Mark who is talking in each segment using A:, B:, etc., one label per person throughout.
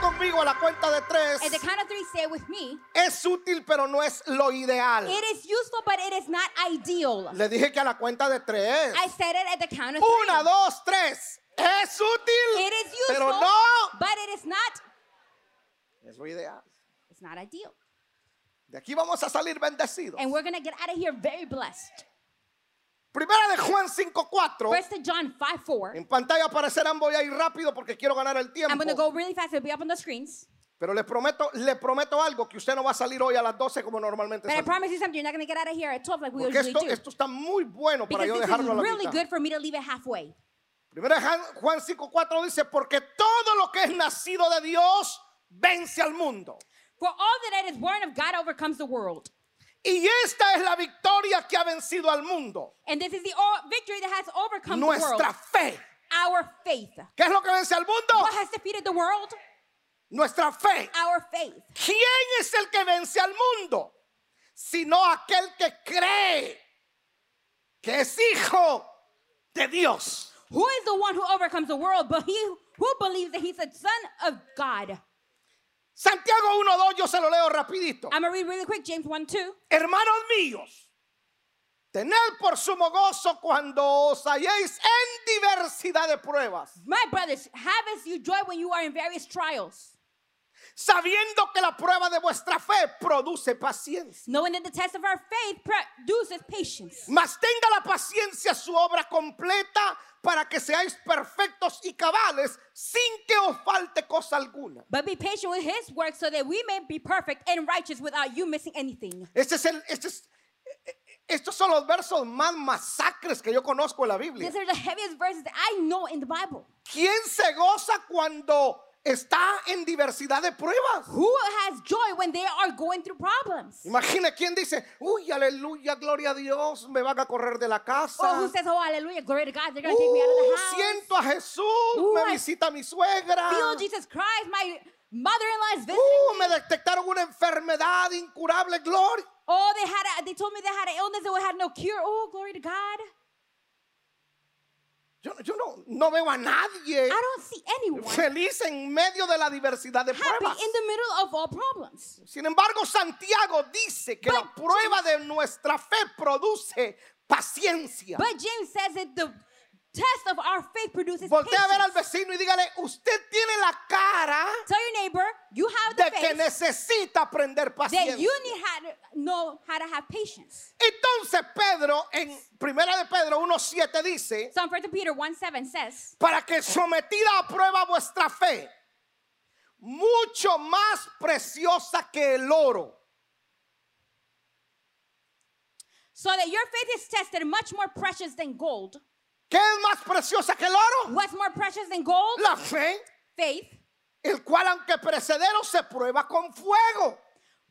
A: conmigo a la cuenta de
B: At the
A: tres.
B: count of three, say it with me.
A: Es útil, pero no es lo ideal.
B: It is useful, but it is not ideal.
A: Le dije que a la cuenta de tres.
B: I said it at the count of three.
A: Una, dos, tres. Es útil,
B: It is useful,
A: pero no
B: but it is not.
A: es lo ideal.
B: It's not ideal.
A: De aquí vamos a salir bendecidos.
B: And we're gonna get out of here very blessed.
A: Primera de Juan 5:4.
B: First to John 5 4.
A: En pantalla aparecerán, voy a ir rápido porque quiero ganar el
B: I'm gonna
A: tiempo.
B: go really fast. It'll be up on the screens.
A: Pero les prometo, le prometo algo que usted no va a salir hoy a las 12 como normalmente
B: But I
A: sale.
B: promise you something. You're not gonna get out of here at 12 like we
A: Porque
B: usually
A: esto,
B: do.
A: esto está muy bueno para
B: because
A: yo
B: this
A: dejarlo a
B: is
A: la
B: really
A: mitad.
B: good for me to leave it halfway.
A: Primera de Jan- Juan 5:4 dice, porque todo lo que es nacido de Dios vence al mundo.
B: For all that is born of God overcomes the world.
A: Y esta es la victoria que ha vencido al mundo,
B: And this is the o- victory that has overcome the world.
A: nuestra fe.
B: Our faith.
A: ¿Qué es lo que vence al mundo?
B: What has defeated the world?
A: Nuestra fe.
B: Our faith.
A: ¿Quién es el que vence al mundo? Sino aquel que cree que es hijo de Dios.
B: Who is the one who overcomes the world? But he who believes that he's a son of God.
A: Santiago 1.2, yo se lo leo rapidito.
B: I'm gonna read really quick James 1 2.
A: Hermanos míos, tened por sumo gozo cuando os halléis en diversidad de pruebas,
B: My brothers, have as you joy when you are in various trials,
A: sabiendo que la prueba de vuestra fe produce paciencia.
B: knowing that the test of our faith produces patience.
A: Mas tenga la paciencia su obra completa para que seáis perfectos y cabales sin que os falte cosa alguna.
B: But be patient with his work so that we may be perfect and righteous without you missing anything.
A: Este es el, este es- estos son los versos más masacres que yo conozco en la Biblia.
B: These are the heaviest verses that I know in the Bible.
A: ¿Quién se goza cuando está en diversidad de pruebas?
B: Who has joy when they are going through problems?
A: Imagina quién dice, uy, aleluya, gloria a Dios, me van a correr de la
B: Or
A: casa.
B: who says, Oh, hallelujah, glory to God, they're going to take me out of
A: Uh,
B: the house.
A: siento a Jesús,
B: Uh,
A: me
B: I
A: visita mi suegra.
B: Feel Jesus Christ, my mother in law is visiting.
A: Uh, me detectaron una enfermedad incurable, gloria.
B: Oh, they had a, they told me they had an illness that had no cure. Oh, glory to God.
A: Yo, yo no, no veo a nadie
B: I don't see anyone
A: feliz en medio de la diversidad de
B: happy
A: pruebas.
B: in the middle of all problems.
A: Sin embargo, Santiago dice que la
B: But-
A: prueba de nuestra fe produce paciencia.
B: But James says that the test of our faith produces
A: Voltea a ver al
B: patience.
A: vecino y dígale, usted tiene la cara
B: Tell your neighbor you have
A: de
B: the
A: que
B: faith
A: necesita aprender
B: that you
A: paciencia.
B: need how to know how to have patience.
A: Entonces Pedro en Primera de Pedro 1:7 dice,
B: Psalm 1 Peter 1 7 says,
A: para que sometida a prueba vuestra fe, mucho más preciosa que el oro,
B: so that your faith is tested much more precious than gold.
A: ¿Qué es más preciosa que el oro?
B: What's more precious than gold?
A: La fe,
B: Faith,
A: el cual aunque perecedero se prueba con fuego.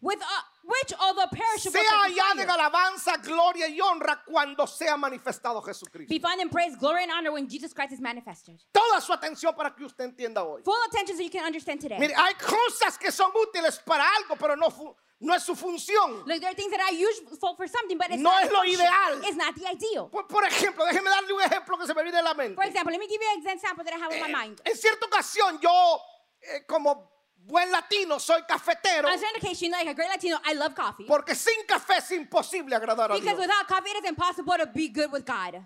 B: with uh, which although perishable
A: Sea
B: shall be
A: allá de
B: fire.
A: alabanza, gloria y honra cuando sea manifestado Jesucristo.
B: Be found in praise, glory, and honor when Jesus Christ is manifested.
A: Toda su atención para que usted entienda hoy.
B: Full attention so you can understand today.
A: Mire, hay cosas que son útiles para algo, pero no, fu- no es su función.
B: Look, there are things that are useful for something, but it's
A: No
B: not
A: es
B: the
A: lo
B: function.
A: ideal.
B: It's not the ideal.
A: Por, por ejemplo, déjeme darle un ejemplo que se me viene a la
B: For
A: mente.
B: example, let me give you an example that I have in my mind.
A: En cierta ocasión, yo, eh, como buen latino, soy cafetero,
B: On certain occasion, like a great Latino, I love coffee.
A: porque sin café es imposible agradar a
B: Because
A: Dios.
B: without coffee, it is impossible to be good with God.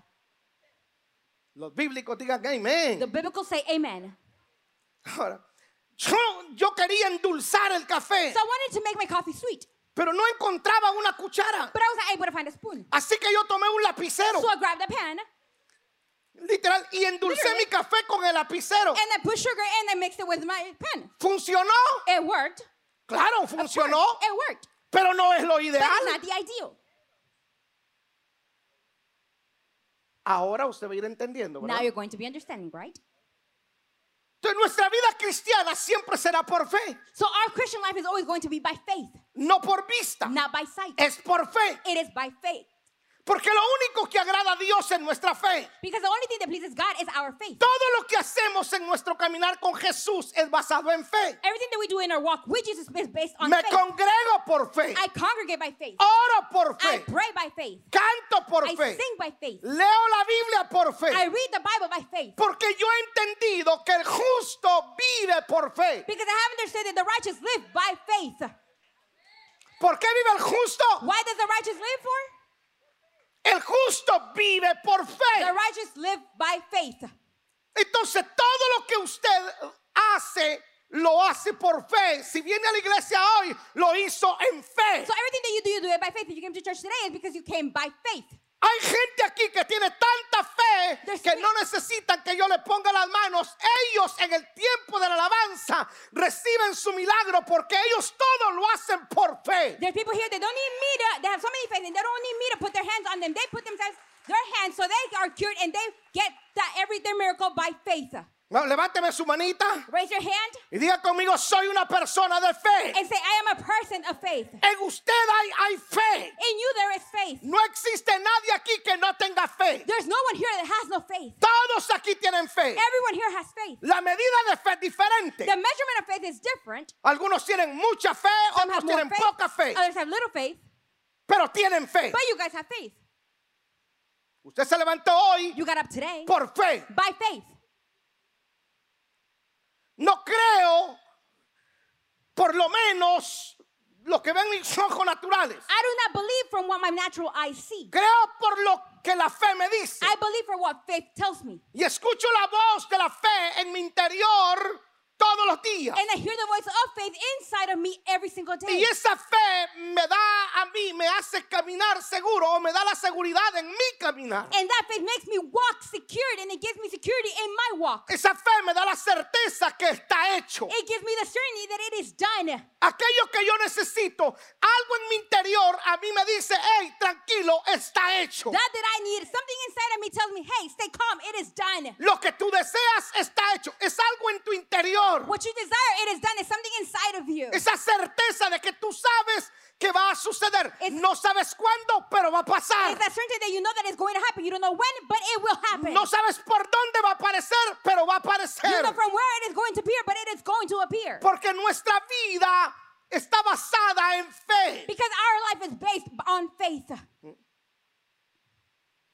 A: Los bíblicos digan
B: The
A: amén.
B: biblical say amen.
A: Ahora, yo, yo quería endulzar el café,
B: So I wanted to make my coffee sweet,
A: pero no encontraba una cuchara.
B: but I was not able to find a spoon.
A: Así que yo tomé un lapicero,
B: So I grabbed a pen
A: literal, y endulcé mi café con el lapicero.
B: and I put sugar and I mixed it with my pen.
A: ¿Funcionó?
B: It worked.
A: Claro,
B: Of course,
A: funcionó.
B: It worked.
A: Pero no es lo
B: But
A: ideal.
B: it's not the ideal.
A: Ahora usted va a ir entendiendo. ¿verdad?
B: Now you're going to be understanding, right?
A: Entonces, nuestra vida cristiana siempre será por fe,
B: So our Christian life is always going to be by faith,
A: no por vista.
B: not by sight.
A: Es por fe.
B: It is by faith.
A: Porque lo único que agrada a Dios es nuestra fe.
B: Because the only thing that pleases God is our faith.
A: Todo lo que hacemos en nuestro caminar con Jesús es basado en fe.
B: Everything that we do in our walk with Jesus is based on
A: Me
B: faith.
A: congrego por fe.
B: I congregate by faith.
A: Oro por
B: I
A: fe.
B: pray by faith.
A: Canto por
B: I
A: fe.
B: sing by faith.
A: Leo la Biblia por
B: I
A: fe.
B: read the Bible by faith.
A: Porque yo he entendido que el justo vive por fe.
B: Because I have understood that the righteous live by faith.
A: ¿Por qué vive el justo?
B: Why does the righteous live for?
A: El justo vive por
B: The
A: fe.
B: righteous live by faith.
A: Entonces todo lo que usted hace, lo hace por fe. Si viene a la iglesia hoy, lo hizo en fe.
B: So everything that you do, you do it by faith. If you came to church today, it's because you came by faith.
A: Hay gente aquí que tiene tanta fe
B: There's
A: que
B: pe-
A: no necesitan que yo le ponga las manos. Ellos en el tiempo de la alabanza reciben su milagro porque ellos todo lo hacen por fe.
B: There's people here that don't need me to, they have so many faith and they don't need me to put their hands on them. They put themselves, their hands, so they are cured and they get that every their miracle by faith.
A: No, levánteme su manita
B: Raise your hand
A: y diga conmigo, soy una persona de fe.
B: and say, I am a person of faith.
A: En usted hay, hay fe.
B: In you, there is faith.
A: No existe nadie aquí que no tenga fe.
B: There's no one here that has no faith.
A: Todos aquí tienen fe.
B: Everyone here has faith.
A: La medida de fe es
B: The
A: diferente.
B: measurement of faith is different.
A: Algunos tienen mucha fe,
B: Some
A: otros
B: have more
A: tienen
B: faith,
A: poca fe,
B: others have little faith,
A: pero tienen fe.
B: but you guys have faith.
A: Usted se levantó hoy
B: You got up today
A: por fe.
B: by faith.
A: No creo, por lo menos, lo que ven mis ojos naturales.
B: I do not believe from what my natural eyes see.
A: Creo por lo que la fe me dice.
B: I believe for what faith tells me.
A: Y escucho la voz de la fe en mi interior todos los días.
B: And I hear the voice of faith inside of me every single day.
A: Y esa fe me da a mí, me hace caminar seguro o me da la seguridad en mi caminar.
B: And that faith makes me walk secured and it gives me security in my walk.
A: Esa fe me da la certeza que está hecho.
B: It gives me the certainty that it is done.
A: Aquello que yo necesito, algo en mi interior a mí me dice, hey, tranquilo, está hecho.
B: That that I need, something inside of me tells me, hey, stay calm, it is done.
A: Lo que tú deseas está hecho. Es algo en tu interior.
B: What you desire, it is done. It's something inside of you.
A: Esa certeza de que tú sabes que va a suceder.
B: Es-
A: No sabes cuándo, pero va a pasar.
B: It's that certainty that you know that it's going to happen. You don't know when, but it will happen.
A: No sabes por dónde va a aparecer, pero va a
B: You
A: aparecer.
B: know from where it is going to appear, but it is going to appear.
A: Porque nuestra vida está basada en fe.
B: Because our life is based on faith.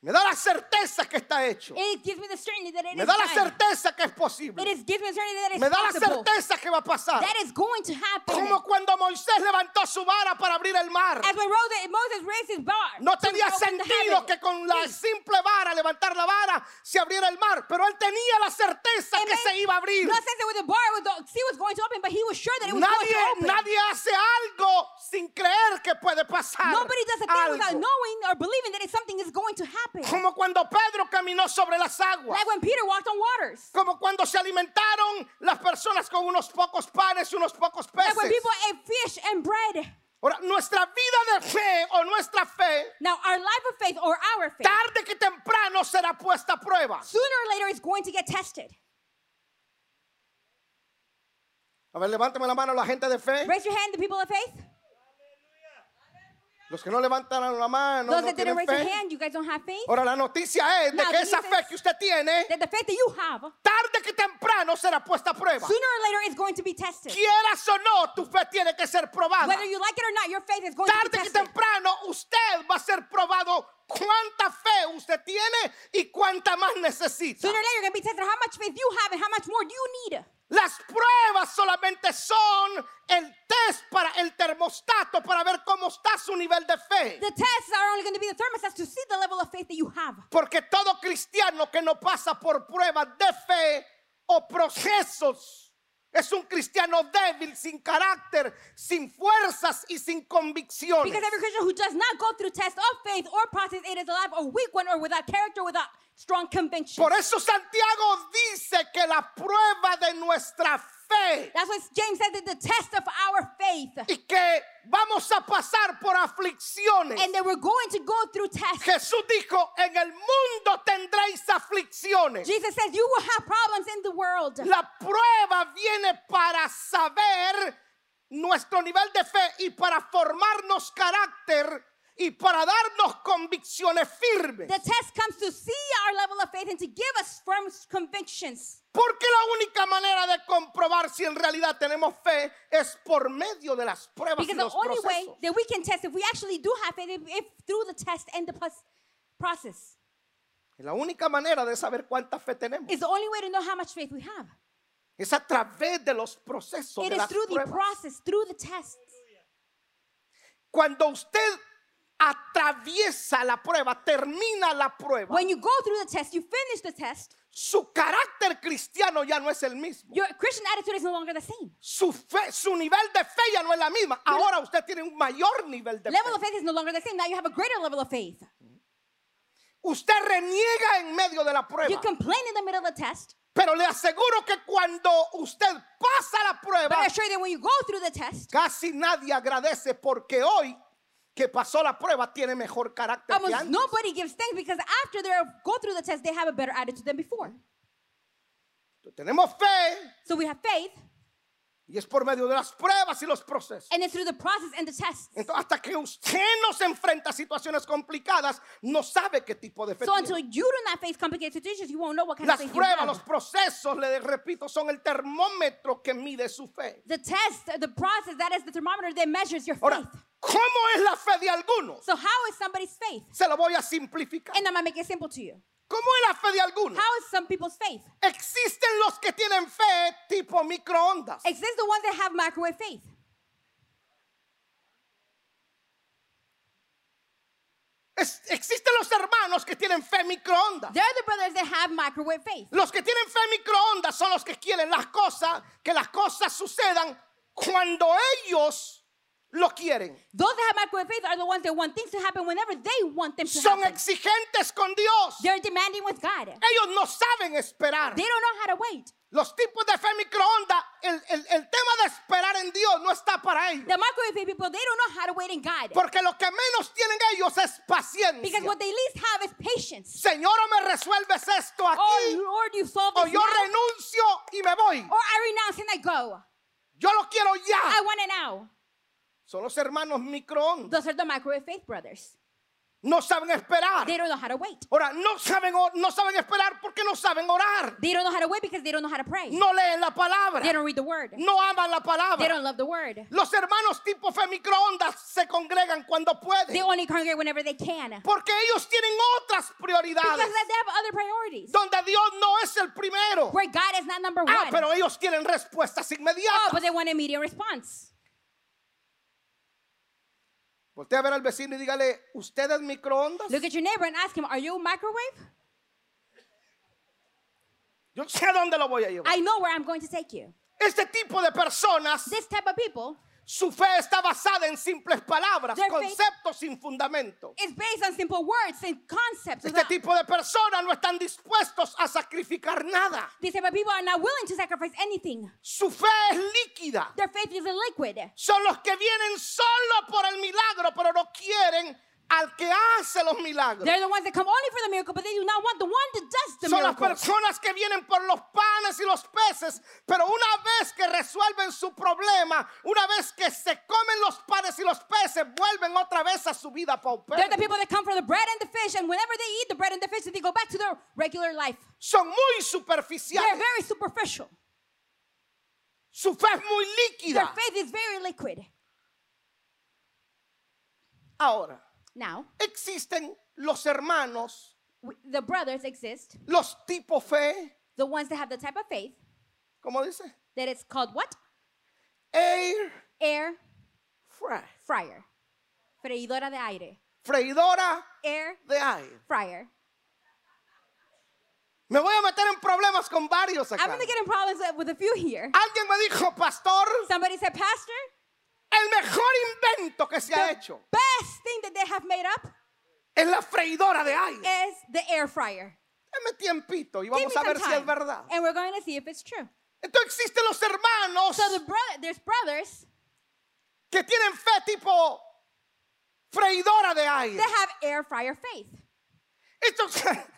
A: Me da la certeza que está hecho.
B: It gives me the certainty that it
A: Me
B: is
A: da la
B: done.
A: certeza que es
B: It
A: posible.
B: is gives me the certainty that it's
A: Me da la
B: possible.
A: certeza que va a pasar.
B: That is going to happen.
A: Como cuando Moisés levantó su vara para abrir el mar.
B: As when Rose- Moses raised his bar.
A: No
B: to
A: tenía
B: open the
A: sentido
B: heaven.
A: que con la simple vara, levantar la vara, se abriera el mar, pero él tenía la certeza
B: It
A: que se
B: made
A: iba a abrir.
B: No sense that with the bar, with the sea was going to open, but he was sure that it was going
A: Nadie,
B: to open.
A: nadie hace algo sin creer que puede pasar.
B: Nobody does a thing without
A: algo.
B: knowing or believing that it's something is going to happen.
A: Como cuando Pedro caminó sobre las aguas.
B: Like when Peter walked on waters.
A: Como cuando se alimentaron las personas con unos pocos panes y unos pocos
B: Like when
A: peces.
B: people ate fish and bread.
A: Ahora, nuestra vida de fe o nuestra fe,
B: Now, our life of faith or our faith,
A: tarde que temprano será puesta a prueba.
B: sooner or later, is going to get tested.
A: A ver, levántame la mano la gente de fe.
B: Raise your hand, the people of faith.
A: Los que no levantaron la mano,
B: Those
A: no
B: that
A: tienen
B: didn't raise
A: fe.
B: your hand, you guys don't have faith.
A: Ahora la noticia es de
B: Now,
A: que esa
B: dices-
A: fe que usted tiene,
B: That the faith that you have, sooner
A: tarde que temprano será puesta a prueba.
B: or later, is going to be tested.
A: Quieras o no, tu fe tiene que ser probada.
B: Whether you like it or not, your faith is going to be
A: Tarde que
B: tested.
A: temprano usted va a ser probado cuánta fe usted tiene y cuánta más necesita.
B: Sooner or later, you're going to be tested how much faith you have and how much more do you need.
A: Las pruebas solamente son el test para el termostato para ver cómo está su nivel de fe.
B: The tests are only going to be the thermostats to see the level of faith that you have.
A: Porque todo cristiano que no pasa por pruebas de fe o procesos es un cristiano débil, sin carácter, sin fuerzas y sin convicciones.
B: Because every Christian who does not go through tests of faith or process, it is alive, a weak one, or without character, without strong conviction.
A: Por eso Santiago dice que la prueba de nuestra fe
B: That's what James said that the test of our faith.
A: y que vamos a pasar por aflicciones.
B: And that we're going to go through tests.
A: Jesús dijo, en el mundo tendréis aflicciones.
B: Jesus says you will have problems in the world.
A: La prueba viene para saber nuestro nivel de fe y para formarnos carácter y para darnos convicciones firmes.
B: The test comes to see our level of faith and to give us firm convictions.
A: Porque la única manera de comprobar si en realidad tenemos fe es por medio de las pruebas y
B: Because the
A: los
B: only way
A: procesos.
B: that we can test if we actually do have faith, if, if through the test and the pos- process,
A: Es la única manera de saber cuánta fe tenemos.
B: is the only way to know how much faith we have.
A: Es a través de los procesos,
B: It
A: de
B: is
A: las
B: through the
A: pruebas.
B: process, through the tests.
A: Cuando usted atraviesa la prueba, termina la prueba,
B: When you go through the test, you finish the test,
A: su carácter cristiano ya no es el mismo.
B: your Christian attitude is no longer the same.
A: Su fe, su nivel de fe ya no es la misma. Ahora usted tiene un mayor nivel de fe.
B: Level of faith is no longer the same. Now you have a greater level of faith.
A: Usted reniega en medio de la
B: You
A: prueba.
B: complain in the middle of the test,
A: Pero le aseguro que cuando usted pasa la
B: but
A: prueba,
B: I assure you that when you go through the test,
A: casi nadie agradece porque hoy que pasó la prueba tiene mejor carácter que
B: almost
A: antes.
B: nobody gives thanks because after they go through the test, they have a better attitude than before.
A: Tenemos fe
B: So we have faith,
A: y es por medio de las pruebas y los procesos.
B: and it's through the process and the tests.
A: Entonces, hasta que usted no se enfrenta a situaciones complicadas, no sabe qué tipo de fe
B: So
A: tiene.
B: until you do not face complicated situations, you won't know what kind
A: Las
B: of faith you
A: pruebas,
B: have.
A: los procesos, le repito, son el termómetro que mide su fe.
B: The test, the process, that is the thermometer that measures your
A: Ahora,
B: faith.
A: ¿cómo es la fe de algunos?
B: So how is somebody's faith?
A: Se lo voy a simplificar.
B: And I'm gonna make it simple to you.
A: ¿Cómo es la fe de algunos?
B: How is some people's faith?
A: Existen los que tienen fe tipo microondas.
B: Exist the ones that have microwave faith.
A: Es- existen los hermanos que tienen fe microondas.
B: They're the brothers that have microwave faith.
A: Los que tienen fe microondas son los que quieren las cosas, que las cosas sucedan cuando ellos lo quieren.
B: Those that have microwave faith are the ones that want things to happen whenever they want them to
A: Son
B: happen.
A: exigentes con Dios.
B: They're demanding with God. They
A: Ellos no saben esperar.
B: don't know how to wait.
A: Los tipos de fe microondas, el, el- el tema de esperar en Dios no está para ellos.
B: The microwave faith people, they don't know how to wait in God.
A: Porque lo que menos tienen ellos es paciencia.
B: Because what they least have is patience.
A: Señor, o me resuelves esto
B: Oh
A: aquí,
B: Lord, you solve
A: o
B: this
A: yo
B: now,
A: renuncio y me voy.
B: or I renounce and I go.
A: Yo lo quiero
B: Oh. I
A: ya.
B: want it now.
A: Son los hermanos microondas.
B: Those are the microwave faith brothers.
A: No saben esperar.
B: They don't know how to wait.
A: Ahora, no saben, o- no saben esperar porque no saben orar.
B: They don't know how to wait because they don't know how to pray.
A: No leen la
B: They
A: palabra.
B: don't read the word.
A: No aman la
B: They
A: palabra.
B: don't love the word.
A: Los hermanos tipo fe microondas se congregan cuando
B: They
A: pueden.
B: only congregate whenever they can.
A: Porque ellos tienen otras
B: Because
A: prioridades.
B: they have other priorities.
A: Donde Dios no es el primero.
B: Where God is not number one.
A: Ah, pero ellos quieren respuestas
B: Oh,
A: inmediatas.
B: but they want immediate response. Ah.
A: Voltea a ver al vecino y dígale, ¿usted es microondas?
B: Look at your neighbor and ask him, Are you a microwave?
A: Yo sé a dónde lo voy a llevar.
B: I know where I'm going to take you.
A: Este tipo de personas,
B: This type of people
A: su fe está basada en simples palabras,
B: Their faith-
A: conceptos sin fundamento.
B: is based on simple words and concepts.
A: Este
B: without-
A: tipo de personas no están dispuestos a sacrificar nada.
B: These type of people are not willing to sacrifice anything.
A: Su fe es líquida.
B: Their faith is a liquid.
A: Son los que vienen solo por el milagro, pero no quieren al que hace los milagros.
B: They're the ones that come only for the miracle, but they do not want the one that does the
A: Son las
B: miracle.
A: personas que vienen por los panes y los peces, pero una vez que resuelven su problema, una vez que se comen los panes y los peces, vuelven otra vez a su vida
B: They're the
A: paupérrima.
B: people that come for the bread and the fish, and whenever they eat the bread and the fish, they go back to their regular life.
A: Son muy
B: They're
A: superficiales.
B: very superficial.
A: Su fe es muy
B: Their
A: líquida.
B: faith is very liquid.
A: Ahora,
B: Now,
A: existen los hermanos,
B: w- the brothers exist,
A: los tipo fe,
B: the ones that have the type of faith
A: ¿cómo dice?
B: that is called what?
A: Air
B: Air
A: fry.
B: fryer. Freidora de aire.
A: Freidora
B: Air
A: de aire.
B: fryer.
A: Me voy a meter en problemas con varios acá.
B: I'm gonna get in problems with- with a few here.
A: Alguien me dijo, pastor,
B: Somebody said, Pastor,
A: el mejor invento que se ha hecho
B: best thing that they have made up
A: es la freidora de aire.
B: is the air fryer.
A: Deme tiempito y
B: Eh, Give me
A: vamos a
B: some
A: ver si es
B: time, Eh,
A: verdad.
B: and we're going to see if it's true.
A: Entonces existen los hermanos
B: So the brother, there's brothers
A: que tienen fe tipo freidora de aire.
B: that have air fryer faith.
A: Estos,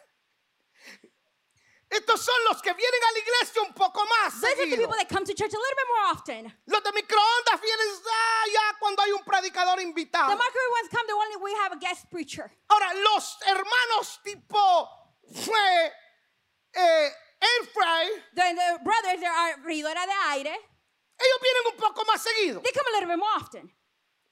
A: estos son los que vienen a la iglesia un poco más.
B: Those are the
A: seguido.
B: people that come to church a little bit more often.
A: Los de microondas vienen ah, ya cuando hay un predicador
B: The
A: invitado.
B: microwave ones come, the only we have a guest preacher.
A: Ahora, los hermanos tipo fue eh, air fry,
B: Then the brothers there are freidora de aire.
A: ellos vienen un poco más seguido,
B: They come a little bit more often,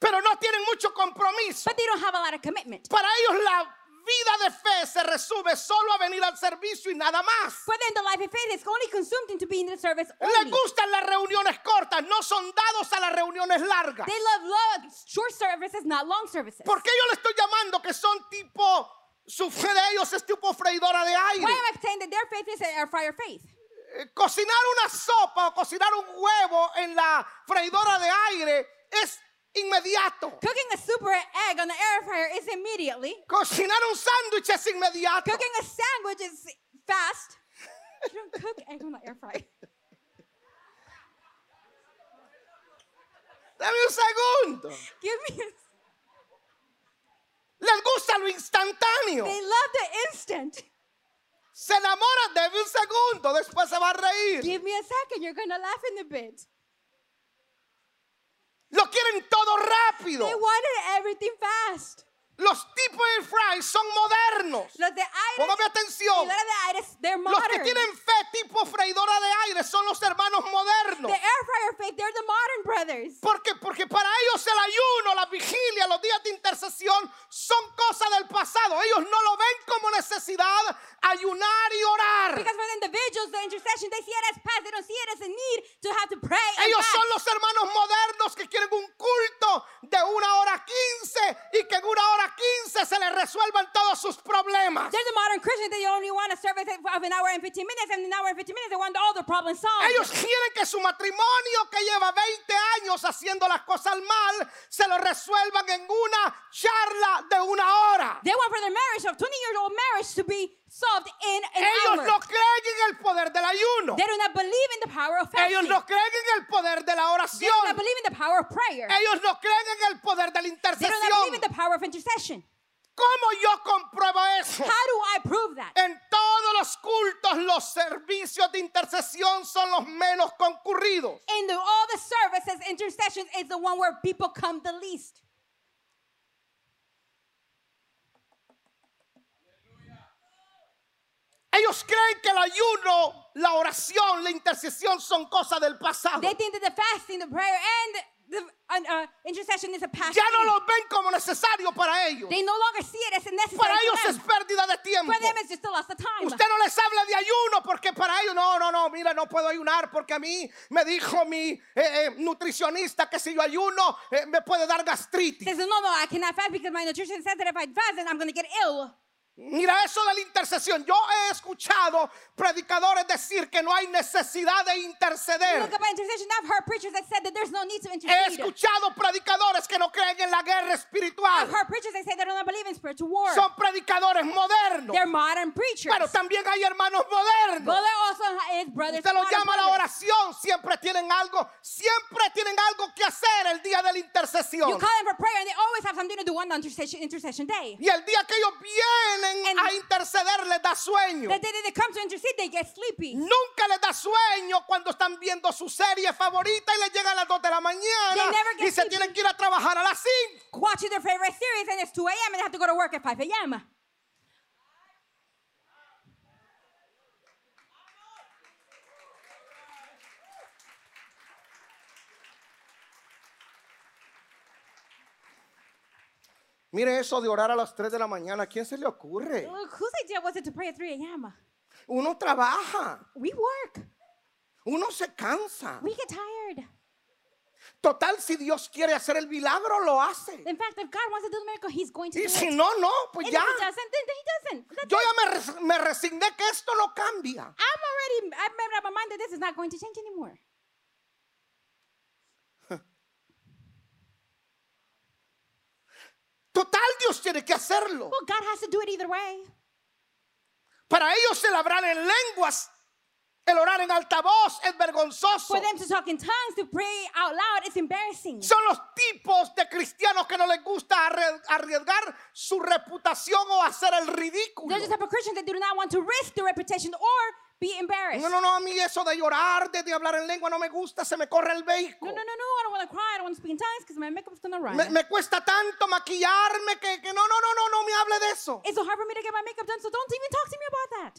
A: pero no tienen mucho compromiso.
B: but they don't have a lot of commitment.
A: Para ellos la vida de fe se resume solo a venir al servicio y nada más.
B: For them, the life of faith is only consumed into being in the service
A: Les
B: only.
A: gustan las reuniones cortas, no son dados a las reuniones largas.
B: They love long, short services, not long services.
A: ¿Por qué yo le estoy llamando que son tipo, su fe de ellos es tipo freidora de
B: Why
A: aire?
B: am I saying that their faith is an air fryer faith?
A: Eh, Cocinar una sopa o cocinar un huevo en la freidora de aire es inmediato.
B: Cooking a super egg on the air fryer is immediately.
A: Cocinar un sándwich es inmediato.
B: Cooking a sandwich is fast. You don't cook egg on the air fryer.
A: Dame un segundo.
B: Give me. A,
A: Les gusta lo instantáneo.
B: they love the instant.
A: Se enamoran, dame un segundo, después se va a reír.
B: Give me a second. You're gonna laugh in a bit.
A: Lo quieren todo rápido.
B: They wanted everything fast.
A: Los tipos de fry son modernos.
B: Los de aires.
A: Póngame
B: y
A: atención.
B: los de aires, they're
A: Los
B: modern.
A: que tienen fe tipo freidora de aire son los hermanos
B: the
A: modernos.
B: air fryer faith, they're the modern brothers.
A: Porque, porque para ellos el ayuno, la vigilia, los días de intercesión son cosas del pasado. Ellos no lo ven como necesidad ayunar y orar.
B: Because for the individuals, the intercession, they see it as past. They don't see it as a need to have to pray. and
A: Ellos
B: fast.
A: son los hermanos modernos que quieren un culto de una hora quince y que en una hora quince se les resuelvan todos sus problemas.
B: There's a modern Christian that they only want a service of an hour and 15 minutes, and an hour and 15 minutes they want all the problems solved.
A: Ellos quieren que su matrimonio que lleva 20 años haciendo las cosas mal se lo resuelvan en una charla de una hora.
B: They want for their marriage of 20 years old marriage to be solved in an
A: Ellos
B: hour.
A: no creen en el poder del ayuno.
B: They do not believe in the power of fasting.
A: Ellos no creen en el poder de la
B: they do not
A: oración.
B: believe in the power of prayer.
A: Ellos no creen en el poder de la
B: they do not believe
A: intercesión.
B: in the power of intercession.
A: ¿Cómo yo compruebo eso?
B: How do I prove that?
A: En todos los cultos los servicios de intercesión son los menos concurridos.
B: In the, all the services, intercession is the one where people come the least.
A: Ellos creen que el ayuno, la oración, la intercesión son cosas del pasado.
B: They think that the fasting, the prayer, and the uh, uh, intercession is a past.
A: Ya no
B: thing.
A: lo ven como necesario para ellos.
B: They no longer see it as a necessary.
A: Para
B: for
A: ellos
B: them.
A: es pérdida de tiempo.
B: For them, it's just a loss of time.
A: Usted no les habla de ayuno porque para ellos, no, no, no, mira, no puedo ayunar porque a mí me dijo mi eh, eh, nutricionista que si yo ayuno eh, me puede dar gastritis.
B: Says, no, no, I cannot fast because my nutrition says that if I fast, then I'm going to get ill.
A: Mira eso de la intercesión. Yo he escuchado predicadores decir que no hay necesidad de interceder.
B: Look up at intercession. I've heard preachers that said that there's no need to
A: He
B: intercede.
A: escuchado predicadores que no creen en la guerra
B: I've
A: espiritual.
B: heard preachers that say they don't believe in spiritual war.
A: Son predicadores modernos.
B: They're modern preachers.
A: Pero también hay hermanos
B: but
A: modernos.
B: they're also his brothers.
A: Usted los
B: modern
A: llama a la
B: brothers.
A: oración. Siempre tienen algo, siempre tienen algo que hacer el día de la
B: You
A: intercesión.
B: call them for prayer, and they always have something to do on the intercession, intercession day.
A: Y el día que ellos vienen
B: And-
A: a interceder les da sueño.
B: The day that they come to intercede, they get sleepy.
A: Nunca les da sueño cuando están viendo su serie favorita y les llega a las 2 de la mañana
B: They never
A: y
B: get
A: se
B: sleepy.
A: tienen que ir a trabajar a las 5.
B: Watching their favorite series, and it's 2 a.m., and they have to go to work at 5 a.m.
A: Mire eso de orar a las 3 de la mañana. ¿A quién se le ocurre?
B: Look, whose idea was it to pray at 3 a.m.?
A: Uno trabaja,
B: We work,
A: uno se cansa.
B: we get tired.
A: Total, si Dios quiere hacer el milagro, lo hace.
B: In fact, if God wants to do the miracle, He's going to do
A: Y si
B: it.
A: no, no, pues
B: And
A: ya.
B: if He doesn't, then He doesn't. That's
A: Yo ya me, res- me resigné que esto no cambia.
B: I'm already, I've made up my mind that this is not going to change anymore.
A: Total, Dios tiene que hacerlo.
B: Well, God has to do it either way.
A: Para ellos el hablar en lenguas, el orar en altavoz es vergonzoso.
B: For them to talk in tongues, to pray out loud, it's embarrassing.
A: Son los tipos de cristianos que no les gusta arre- arriesgar su reputación o hacer el ridículo.
B: They're just type of Christians that do not want to risk their reputation or be embarrassed.
A: No, no, no, a mí eso de llorar, de, de hablar en lengua no me gusta, se me corre el
B: no,
A: vehículo.
B: no, no, no, I don't want to cry. I don't want to speak in tongues because my makeup's going to run.
A: Me, me cuesta tanto maquillarme que, que no, no, no, no, no me hable de eso.
B: It's so hard for me to get my makeup done, so don't even talk to me about that.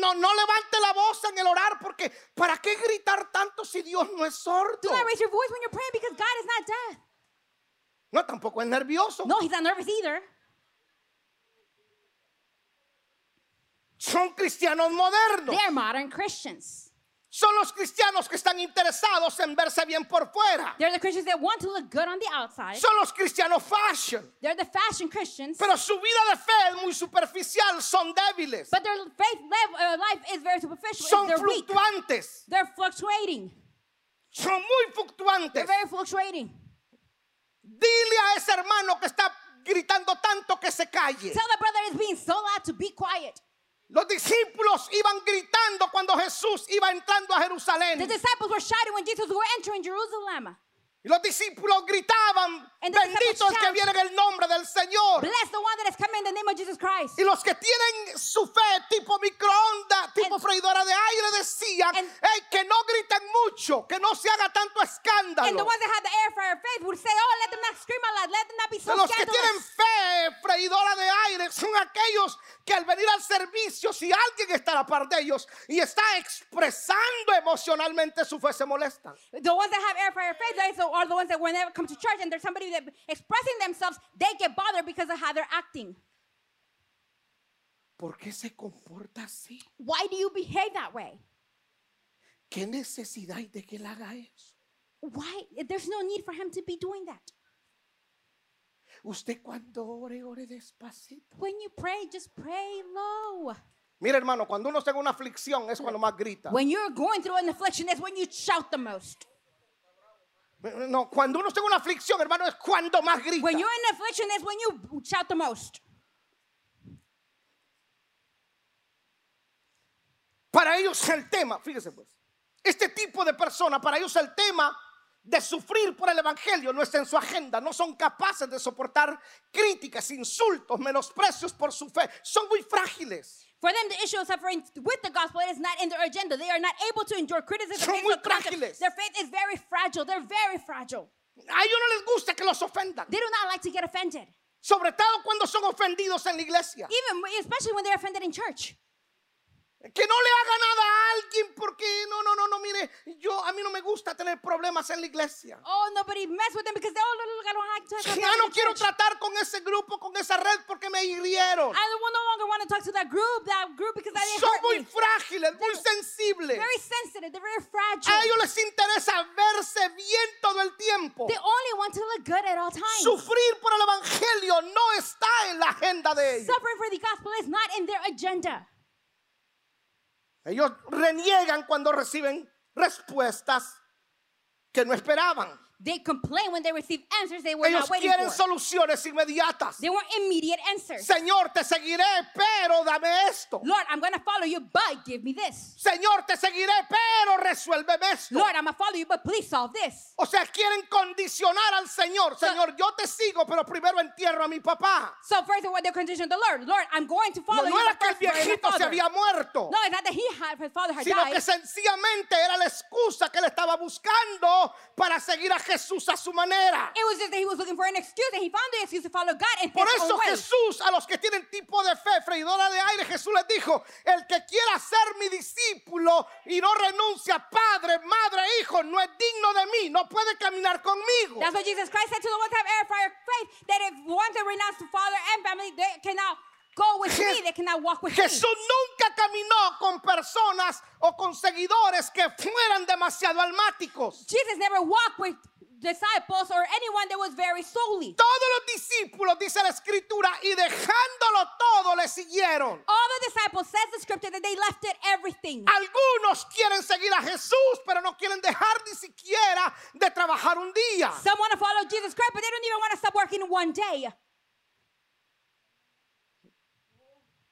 A: No, no levante la voz en el orar porque ¿para qué gritar tanto si Dios no es
B: Do
A: sordo?
B: not raise your voice when you're praying because God is not deaf.
A: No, tampoco es nervioso.
B: No, He's not nervous either.
A: son cristianos modernos.
B: They are modern Christians.
A: Son los cristianos que están interesados en verse bien por fuera.
B: They're the Christians that want to look good on the outside.
A: Son los cristianos fashion.
B: They're the fashion Christians.
A: Pero su vida de fe es muy superficial, son débiles,
B: But their faith lev- uh, life is very superficial.
A: son
B: They're weak.
A: fluctuantes,
B: They're fluctuating.
A: son muy
B: They're
A: fluctuantes.
B: very fluctuating.
A: Dile a ese hermano que está gritando tanto que se calle.
B: Tell the brother is being so loud to be quiet.
A: Los discípulos iban gritando cuando Jesús iba entrando a
B: The
A: Jerusalén.
B: disciples were shouting when Jesus were entering Jerusalem.
A: Y los discípulos gritaban,
B: And the disciples
A: benditos que
B: shout.
A: vienen en el nombre del Señor.
B: Bless the one that has come in the name of Jesus Christ.
A: Y los que tienen su fe tipo microondas, tipo
B: And-
A: freidora de aire, decían,
B: And-
A: "Ey, que no griten mucho, que no se haga tanto
B: And the
A: escándalo.
B: ones that had the air fryer faith would say, Oh, let them not scream a lot. Let them not be so
A: De los que tienen
B: scandalous.
A: fe freidora de aire son aquellos que al venir al servicio, si alguien está a la par de ellos y está expresando emocionalmente su fe, se molestan.
B: The ones that have air fryer faith they so are the ones that whenever come to church and there's somebody that expressing themselves, they get bothered because of how they're acting.
A: ¿Por qué se comporta así?
B: Why do you behave that way?
A: ¿Qué necesidad hay de que él haga eso?
B: Why? There's no need for him to be doing that.
A: Usted cuando ore, ore despacito.
B: When you pray, just pray low.
A: Mira, hermano, cuando uno está en una aflicción es cuando más grita.
B: When you're going through an affliction, that's when you shout the most.
A: No, cuando uno está en una aflicción, hermano, es cuando más grita.
B: When you're in affliction, that's when you shout the most.
A: Para ellos el tema, fíjese pues, este tipo de persona, para ellos el tema de sufrir por el Evangelio no está en su agenda, no son capaces de soportar críticas, insultos, menosprecios por su fe, son muy frágiles,
B: For them, the issue of suffering with the gospel is not in their agenda. They are not able to endure criticism.
A: Son muy
B: insult, contempt.
A: frágiles.
B: Their faith is very fragile. They're very fragile.
A: a ellos no les gusta que los ofendan,
B: They do not like to get offended,
A: sobre todo cuando son ofendidos en la iglesia,
B: even especially when they're offended in church.
A: que no le haga nada a alguien porque no, no, no, no, mire, yo a mí no me gusta tener problemas en la iglesia.
B: Oh, nobody mess with them because they oh, look, look, I don't like to have
A: Ya no
B: offended in
A: quiero
B: church.
A: tratar con ese grupo, con esa red porque me hirieron.
B: I will no longer want to talk to that group, that group because I didn't
A: Son
B: hurt
A: muy
B: me.
A: frágiles, muy sensibles.
B: Very sensitive. They're very fragile.
A: A ellos les interesa verse bien todo el tiempo.
B: They only want to look good at all times.
A: Sufrir por el Evangelio no está en la agenda de ellos.
B: Suffering for the gospel is not in their agenda.
A: Ellos reniegan cuando reciben respuestas que no esperaban.
B: They complain when they receive answers they were
A: Ellos
B: not waiting
A: quieren
B: for.
A: soluciones inmediatas.
B: They want immediate answers.
A: Señor, te seguiré, pero dame esto.
B: Lord, I'm going to follow you, but give me this.
A: Señor, te seguiré, pero resuélveme esto.
B: Lord, I'm going to follow you, but please solve this.
A: O sea, quieren condicionar al Señor. Señor, yo te sigo, pero primero entierro a mi papá.
B: So first of all, they condition the Lord. Lord, I'm going to
A: No,
B: follow
A: no
B: you,
A: era
B: but
A: que el
B: first bury my
A: viejito se
B: father.
A: había muerto,
B: No, it's not that he had, his father had
A: sino
B: died.
A: que sencillamente era la excusa que él estaba buscando para seguir a Jesús a su manera.
B: It was just that he was looking for an excuse, and he found the excuse to follow God in
A: Por
B: his
A: eso
B: own way.
A: Jesús, a los que tienen tipo de fe, freidora de aire, Jesús les dijo, el que quiera ser mi discípulo y no renuncia a padre, madre, hijo, no es digno de mí, no puede caminar conmigo.
B: That's what Jesus Christ said to the ones that have air fryer faith, that if ones that renounce to father and family, they cannot go with
A: Je-
B: me, they cannot walk with me.
A: Jesús nunca caminó con personas o con seguidores que fueran demasiado almáticos.
B: Jesus never walked with disciples or anyone that was very solely.
A: Todos los discípulos, dice la escritura, y dejándolo todo le siguieron.
B: All the disciples says the scripture that they left it everything.
A: Algunos quieren seguir a Jesús, pero no quieren dejar ni siquiera de trabajar un día.
B: Some want to follow Jesus Christ, but they don't even want to stop working one day.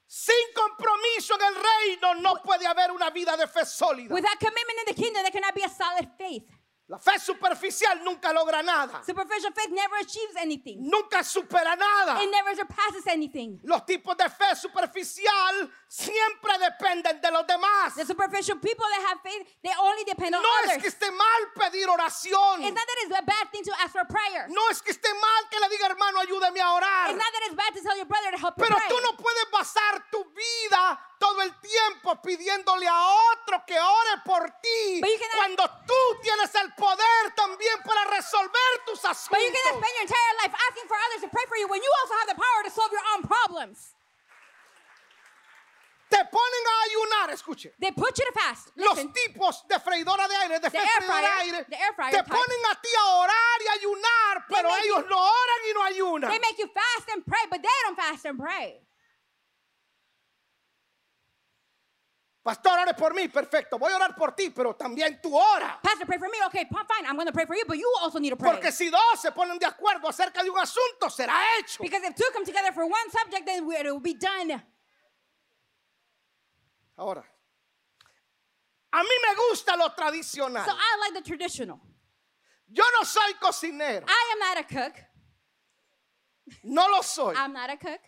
A: Sin compromiso en el reino no puede haber una vida de fe sólida.
B: Without commitment in the kingdom, there cannot be a solid faith.
A: La fe superficial nunca logra nada.
B: Superficial faith never achieves anything.
A: Nunca supera nada.
B: It never surpasses anything.
A: Los tipos de fe superficial siempre dependen de los demás.
B: The superficial people that have faith, they only depend on
A: No es
B: others.
A: que esté mal pedir oración.
B: It's not that it's a bad thing to ask for prayer.
A: No es que esté mal que le diga hermano, ayúdame a
B: It's
A: orar.
B: not that it's bad to tell your brother to help you
A: Pero
B: pray.
A: tú no puedes basar tu vida todo el tiempo pidiéndole a otro que ore por ti.
B: But you cannot-
A: Cuando tú tienes el poder también para resolver tus
B: But you cannot
A: asuntos.
B: spend your entire life asking for others to pray for you when you also have the power to solve your own problems.
A: Te ponen a ayunar, escuche.
B: They put you to fast.
A: Los
B: Listen,
A: tipos de freidora de aire, de
B: The air
A: freidora de
B: fryer,
A: aire,
B: the air fryer
A: te
B: type.
A: ponen a ti a orar y a ayunar, pero
B: make
A: ellos
B: you-
A: no oran y no ayunan.
B: they make you fast and pray, but they don't fast and pray.
A: Pastor, ores por mí, perfecto. Voy a orar por ti, pero también tú ora.
B: Pastor, pray for me. Okay, pa- fine. I'm going to pray for you, but you also need to pray.
A: Porque si dos se ponen de acuerdo acerca de un asunto, será hecho.
B: Because if two come together for one subject, then we- it will be done.
A: Ahora, a mí me gusta lo tradicional.
B: So I like the traditional.
A: Yo no soy cocinero,
B: I am not a cook.
A: no lo soy.
B: I'm not a cook.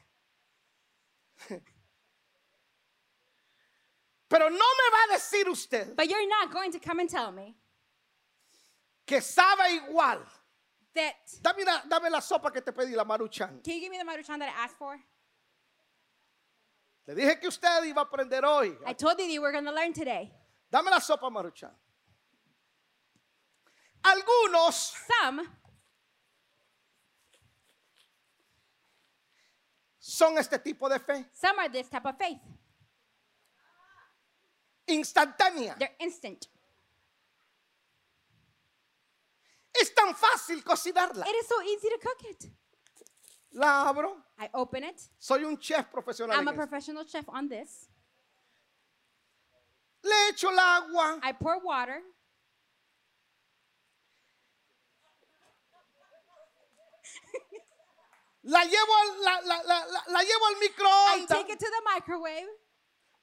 A: Pero no me va a decir usted
B: But you're not going to come and tell me
A: que sabe igual.
B: that.
A: Dame, la- dame la sopa que te pedí, la maruchan.
B: Can you give me the maruchan that I asked for?
A: Le dije que usted iba a aprender hoy.
B: I told you that you were going to learn today.
A: Dame la sopa maruchan. Algunos
B: Some
A: son este tipo de fe
B: some are this type of faith.
A: instantánea.
B: They're instant.
A: Es tan fácil cocinarla.
B: It is so easy to cook it.
A: La abro.
B: I open it.
A: Soy un chef profesional.
B: I'm a
A: en esto.
B: professional chef on this.
A: Le echo el agua.
B: I pour water.
A: La llevo al, la, la- la- la- la llevo al
B: I
A: microondas.
B: take it to the microwave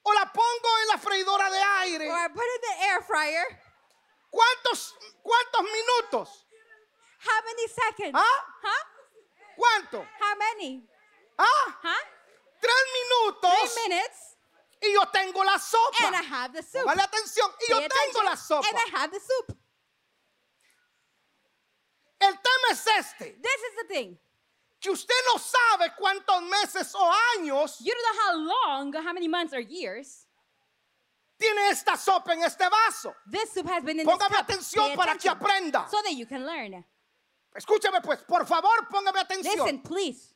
A: O la pongo en la freidora de aire.
B: or I put it in the air fryer.
A: ¿Cuántos, cuántos minutos?
B: How many seconds?
A: Huh?
B: Huh?
A: ¿Cuánto?
B: How many?
A: ¿Ah?
B: Huh?
A: Tres minutos.
B: Three minutes
A: Y yo tengo la
B: and I
A: sopa.
B: have the soup.
A: Vale atención. Y yo
B: Pay
A: tengo
B: attention,
A: la sopa.
B: And I have the soup.
A: El tema es este.
B: This is the thing.
A: Que usted no sabe cuántos meses o años
B: You don't know how long, or how many months or years
A: tiene esta sopa en este vaso.
B: this soup has been in this
A: Póngame
B: cup. Pay
A: atención para que
B: attention
A: aprenda.
B: So that you can learn.
A: Escúcheme pues, por favor, póngame
B: Listen,
A: atención.
B: please.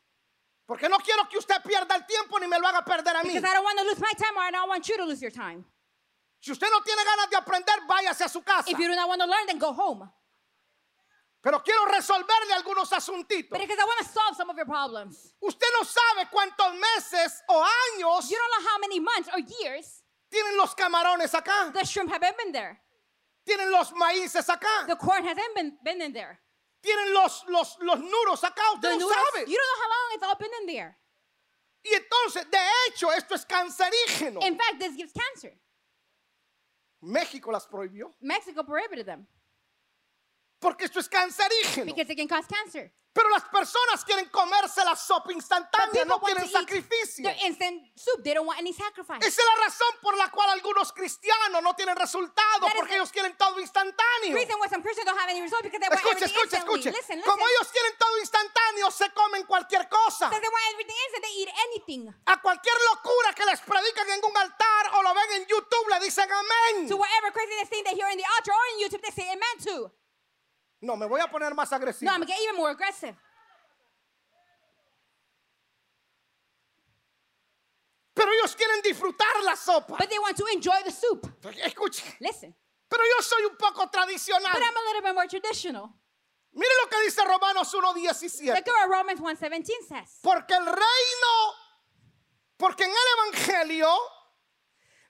A: Porque no quiero que usted pierda el tiempo ni me lo haga perder a mí.
B: Because I don't want to lose my time or I don't want you to lose your time.
A: Si usted no tiene ganas de aprender, váyase a su casa.
B: If you do not want to learn, then go home.
A: Pero quiero resolverle algunos asuntitos.
B: But because I want to solve some of your problems.
A: Usted no sabe cuántos meses o años
B: You don't know how many months or years
A: tienen los camarones acá,
B: the shrimp haven't been there.
A: tienen los maíces acá,
B: The corn hasn't been, been in there.
A: tienen los, los, los nuros acá.
B: The
A: Usted no
B: noodles,
A: sabe.
B: you don't know how long it's all been in there.
A: Y entonces, de hecho, esto es cancerígeno.
B: In fact, this gives cancer.
A: México las prohibió.
B: Mexico prohibited them
A: Porque esto es cancerígeno.
B: because it can cause cancer.
A: Pero las personas quieren comerse la sopa instantánea, no quieren sacrificio.
B: their instant soup. They don't want any sacrifice.
A: Esa es la razón por la cual algunos cristianos no tienen resultados,
B: That is
A: porque
B: the-
A: ellos quieren todo instantáneo.
B: The reason why some Christians don't have any result because they want
A: Escuche,
B: everything
A: escuche,
B: instantly.
A: escuche.
B: Listen, listen.
A: Como ellos quieren todo instantáneo, se comen cualquier cosa.
B: Because they want everything instant, they eat anything.
A: A cualquier locura que les predican en un altar o lo ven en YouTube, le dicen
B: To
A: amén.
B: whatever craziness thing they hear in the altar or on YouTube, they say amen to.
A: No, me voy a poner más
B: No,
A: agresivo.
B: I'm gonna get even more aggressive.
A: Pero ellos quieren disfrutar la sopa.
B: But they want to enjoy the soup.
A: Escuche.
B: Listen.
A: Pero yo soy un poco
B: But
A: tradicional.
B: I'm a little bit more traditional.
A: Mire lo que dice Romanos
B: Look
A: 1.17.
B: at what Romans 1.17 says.
A: Porque el reino, porque en el Evangelio,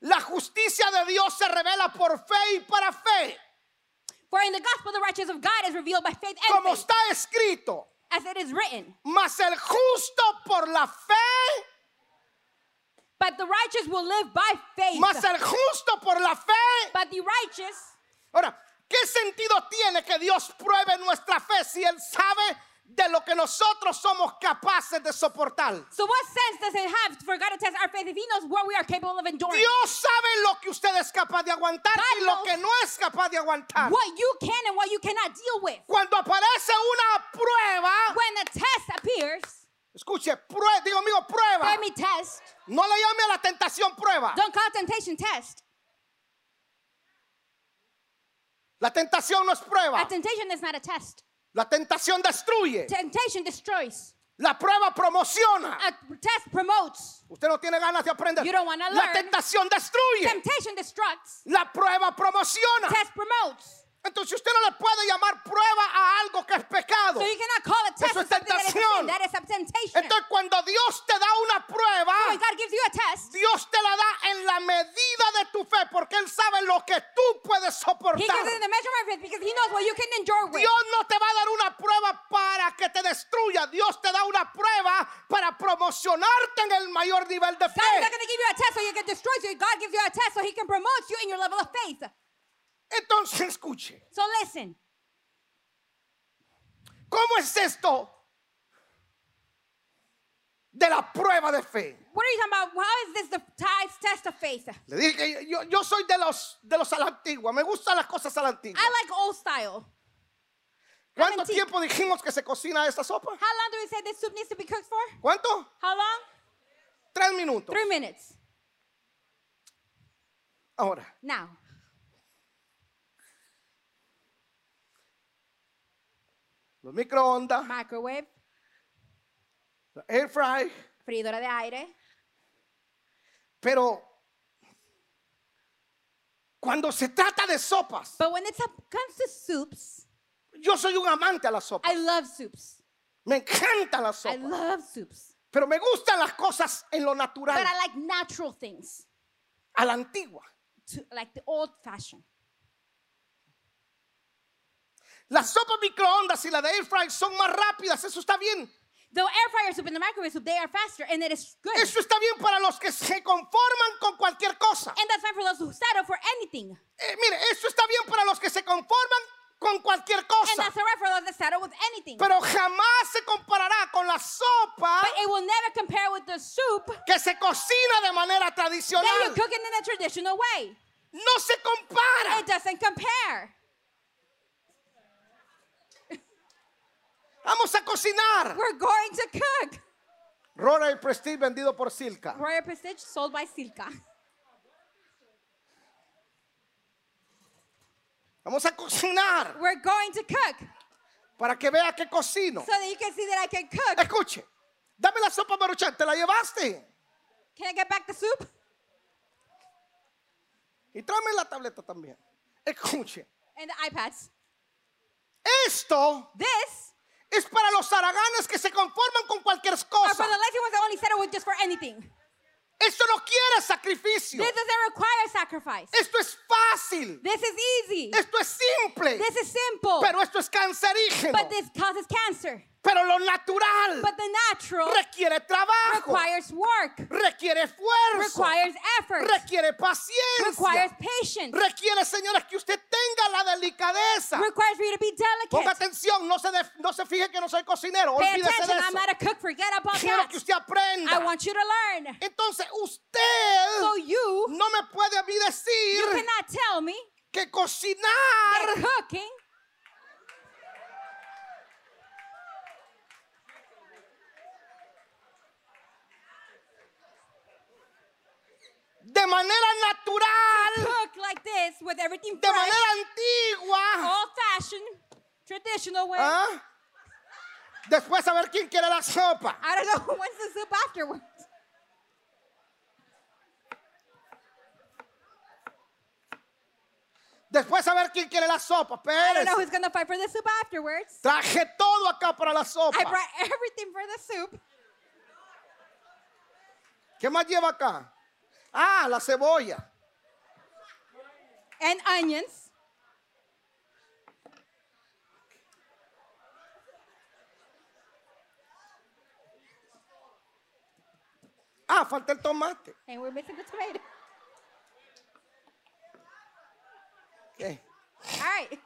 A: la justicia de Dios se revela por fe y para fe.
B: For in the gospel, the righteousness of God is revealed by faith and
A: Como
B: faith,
A: está escrito,
B: as it is written.
A: mas el justo por la fe,
B: But the righteous will live by faith.
A: mas el justo por la fe.
B: But the righteous,
A: Ahora, ¿qué sentido tiene que Dios pruebe nuestra fe si Él sabe de lo que nosotros somos capaces de soportar?
B: so what sense does it have for God to test our faith if He knows what we are capable of enduring?
A: Dios sabe lo que usted es capaz de aguantar
B: God
A: y lo
B: knows.
A: que no es capaz de aguantar.
B: What you can and what you cannot deal with.
A: Cuando aparece una prueba,
B: When the test appears,
A: escuche, prue- digo amigo, prueba.
B: let me test.
A: No le llame a la tentación prueba.
B: Don't call temptation test.
A: La tentación no es
B: A
A: prueba.
B: temptation is not a test.
A: La tentación destruye.
B: Temptation destroys.
A: La prueba promociona.
B: A test promotes.
A: Usted no tiene ganas de aprender.
B: You don't wanna
A: La
B: learn.
A: tentación destruye.
B: Temptation destructs.
A: La prueba promociona.
B: Test promotes.
A: Entonces usted no le puede llamar prueba a algo que es pecado.
B: So you cannot call a test
A: Eso es
B: something that is a sin.
A: tentación.
B: That is a temptation.
A: Entonces cuando Dios te da una prueba,
B: When God gives you a test,
A: Dios te la da en la medida de tu fe porque Él sabe lo que tú puedes
B: He
A: soportar.
B: gives it in the measure of faith because He knows what you can endure with.
A: Dios no te va a dar una prueba para que te destruya. Dios te da una prueba para promocionarte en el mayor nivel de
B: God's not
A: fe.
B: going to give you a test so you can destroy you. God gives you a test so He can promote you in your level of faith.
A: Entonces escuche,
B: So listen.
A: ¿cómo es esto de la prueba de fe?
B: What are you talking about? How is this the ties test of faith?
A: Le dije que yo, yo soy de los, de los a la antigua, me gustan las cosas a la antigua.
B: I like old style.
A: ¿Cuánto
B: antigua.
A: tiempo dijimos que se cocina esta sopa?
B: How long do we say this soup needs to be cooked for?
A: ¿Cuánto?
B: How long?
A: Tres minutos.
B: Three minutes.
A: Ahora,
B: Now,
A: los microondas,
B: microwave,
A: la air fry,
B: freidora de aire.
A: pero cuando se trata de sopas,
B: But when it comes to soups,
A: yo soy un amante a la sopa.
B: I love soups.
A: Me encanta la
B: I
A: sopa.
B: love soups.
A: Pero me gustan las cosas en lo
B: But
A: natural,
B: I like natural things,
A: a la antigua.
B: to, like the old fashioned.
A: Las sopas microondas y la de air fry son más rápidas, eso está bien.
B: The air fryer soup and the microwave soup, they are faster and it is good.
A: Eso está bien para los que se conforman con cualquier cosa.
B: And that's fine for those who settle for anything.
A: Eh, mire, eso está bien para los que se conforman con cualquier
B: And
A: cosa.
B: that's alright for those that settle with anything.
A: Pero jamás se comparará con la sopa
B: But it will never compare with the soup
A: que se cocina de manera
B: that you
A: tradicional.
B: cook it in the traditional way.
A: No se compara.
B: It doesn't compare.
A: Vamos a cocinar.
B: We're going to cook.
A: Rora y Prestige vendido por Silca.
B: Royal Prestige sold by Silka.
A: Vamos a cocinar
B: We're going to cook
A: para que vea que cocino.
B: so that you can see that I can cook.
A: Escuche, dame la sopa maruchan, te la llevaste.
B: Can I get back the soup?
A: Y tráeme la tableta también. Escuche,
B: And the iPads.
A: esto
B: This
A: es para los haraganes que se conforman con cualquier
B: are oh, for
A: cosa.
B: the lazy ones that only settle with just for anything.
A: Esto no quiere sacrificio.
B: This doesn't require sacrifice.
A: Esto es fácil.
B: This is easy.
A: Esto es simple.
B: This is simple.
A: Pero esto es cancerígeno.
B: But this causes cancer.
A: Pero lo natural
B: But the natural
A: requiere trabajo,
B: requires work,
A: requiere esfuerzo,
B: requires effort,
A: requiere paciencia.
B: requires patience,
A: Requiere, señores, que usted tenga la delicadeza.
B: requires for you to be
A: Ponga
B: delicate.
A: atención, no se, def- no se fije que no soy cocinero.
B: Pay
A: Olvídese de
B: attention, I'm
A: eso.
B: not a cook, forget about
A: Quiero
B: that.
A: que usted aprenda.
B: I want you to learn.
A: Entonces, usted
B: So you,
A: no me puede a mí
B: you
A: decir
B: cannot tell me
A: que
B: that
A: cocinar
B: cooking
A: de manera natural,
B: cook like this with everything
A: de
B: fresh,
A: manera antigua.
B: old fashioned, traditional way.
A: ¿ah? Después a ver quién quiere la sopa.
B: I don't know who wants the soup afterwards.
A: Después a ver quién quiere la sopa.
B: I don't know
A: Pérez.
B: who's gonna fight for the soup afterwards.
A: Traje todo acá para la sopa.
B: I brought everything for the soup.
A: ¿Qué más lleva acá? Ah, la cebolla.
B: and onions.
A: Ah, falta el tomate.
B: And we're missing the tomato.
A: Ok.
B: All right.